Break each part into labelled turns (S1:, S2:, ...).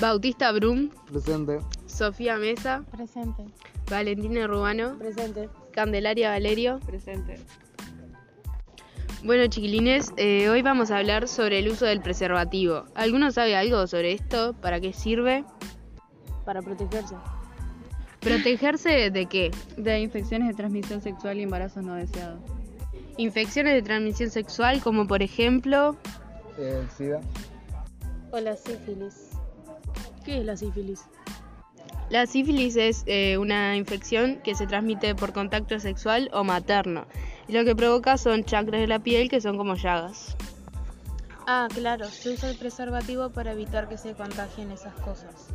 S1: Bautista Brum,
S2: Presente.
S1: Sofía Mesa,
S3: Presente.
S1: Valentina Rubano,
S3: Presente.
S1: Candelaria Valerio.
S3: Presente.
S1: Bueno, chiquilines, eh, hoy vamos a hablar sobre el uso del preservativo. ¿Alguno sabe algo sobre esto? ¿Para qué sirve?
S3: Para protegerse.
S1: ¿Protegerse de qué?
S4: De infecciones de transmisión sexual y embarazos no deseados.
S1: Infecciones de transmisión sexual, como por ejemplo.
S2: Eh, SIDA.
S3: O la sífilis. ¿Qué es la sífilis?
S1: La sífilis es eh, una infección que se transmite por contacto sexual o materno. Y lo que provoca son chakras de la piel que son como llagas.
S3: Ah, claro, se usa el preservativo para evitar que se contagien esas cosas.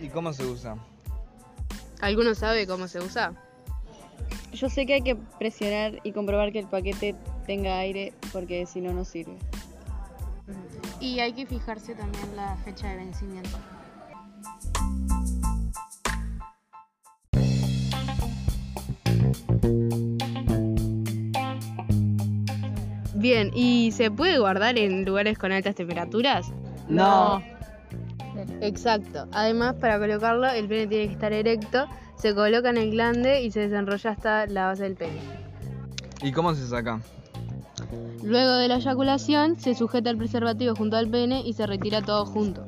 S2: ¿Y cómo se usa?
S1: ¿Alguno sabe cómo se usa?
S4: Yo sé que hay que presionar y comprobar que el paquete tenga aire porque si no, no sirve.
S3: Y hay que fijarse también la fecha de vencimiento.
S1: Bien, ¿y se puede guardar en lugares con altas temperaturas?
S4: No.
S1: Exacto. Además, para colocarlo, el pene tiene que estar erecto, se coloca en el glande y se desenrolla hasta la base del pene.
S2: ¿Y cómo se saca?
S1: Luego de la eyaculación, se sujeta el preservativo junto al pene y se retira todo junto.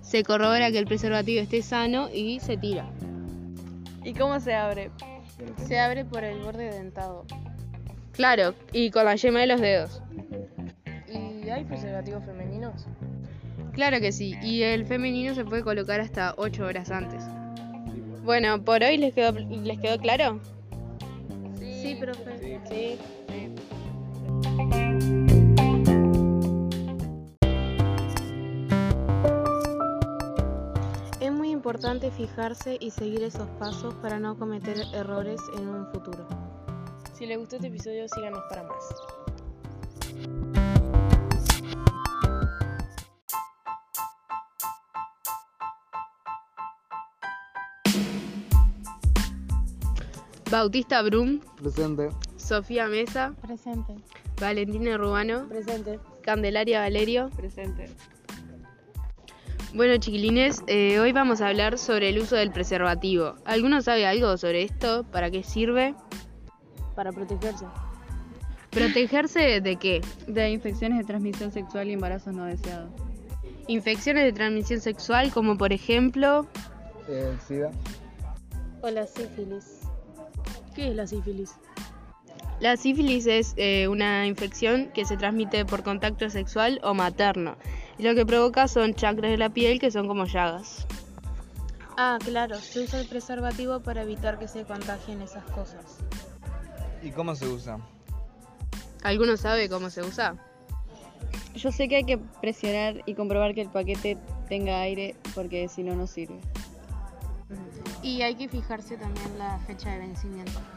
S1: Se corrobora que el preservativo esté sano y se tira.
S4: ¿Y cómo se abre?
S3: Se abre por el borde dentado.
S1: Claro, y con la yema de los dedos.
S3: ¿Y hay preservativos femeninos?
S1: Claro que sí, y el femenino se puede colocar hasta 8 horas antes. Bueno, por hoy les quedó, les quedó claro.
S3: Sí, profe. sí. Es muy importante fijarse y seguir esos pasos para no cometer errores en un futuro. Si les gustó este episodio, síganos para más.
S1: Bautista Brum,
S2: Presente.
S1: Sofía Mesa,
S3: Presente.
S1: Valentina Rubano,
S3: Presente.
S1: Candelaria Valerio.
S3: Presente.
S1: Bueno, chiquilines, eh, hoy vamos a hablar sobre el uso del preservativo. ¿Alguno sabe algo sobre esto? ¿Para qué sirve?
S3: Para protegerse.
S1: ¿Protegerse de qué?
S4: De infecciones de transmisión sexual y embarazos no deseados.
S1: Infecciones de transmisión sexual, como por ejemplo.
S2: Eh, SIDA.
S3: O la sífilis. ¿Qué es la sífilis?
S1: La sífilis es eh, una infección que se transmite por contacto sexual o materno. Y lo que provoca son chakras de la piel que son como llagas.
S3: Ah, claro, se usa el preservativo para evitar que se contagien esas cosas.
S2: ¿Y cómo se usa?
S1: ¿Alguno sabe cómo se usa?
S4: Yo sé que hay que presionar y comprobar que el paquete tenga aire porque si no, no sirve.
S3: Y hay que fijarse también la fecha de vencimiento.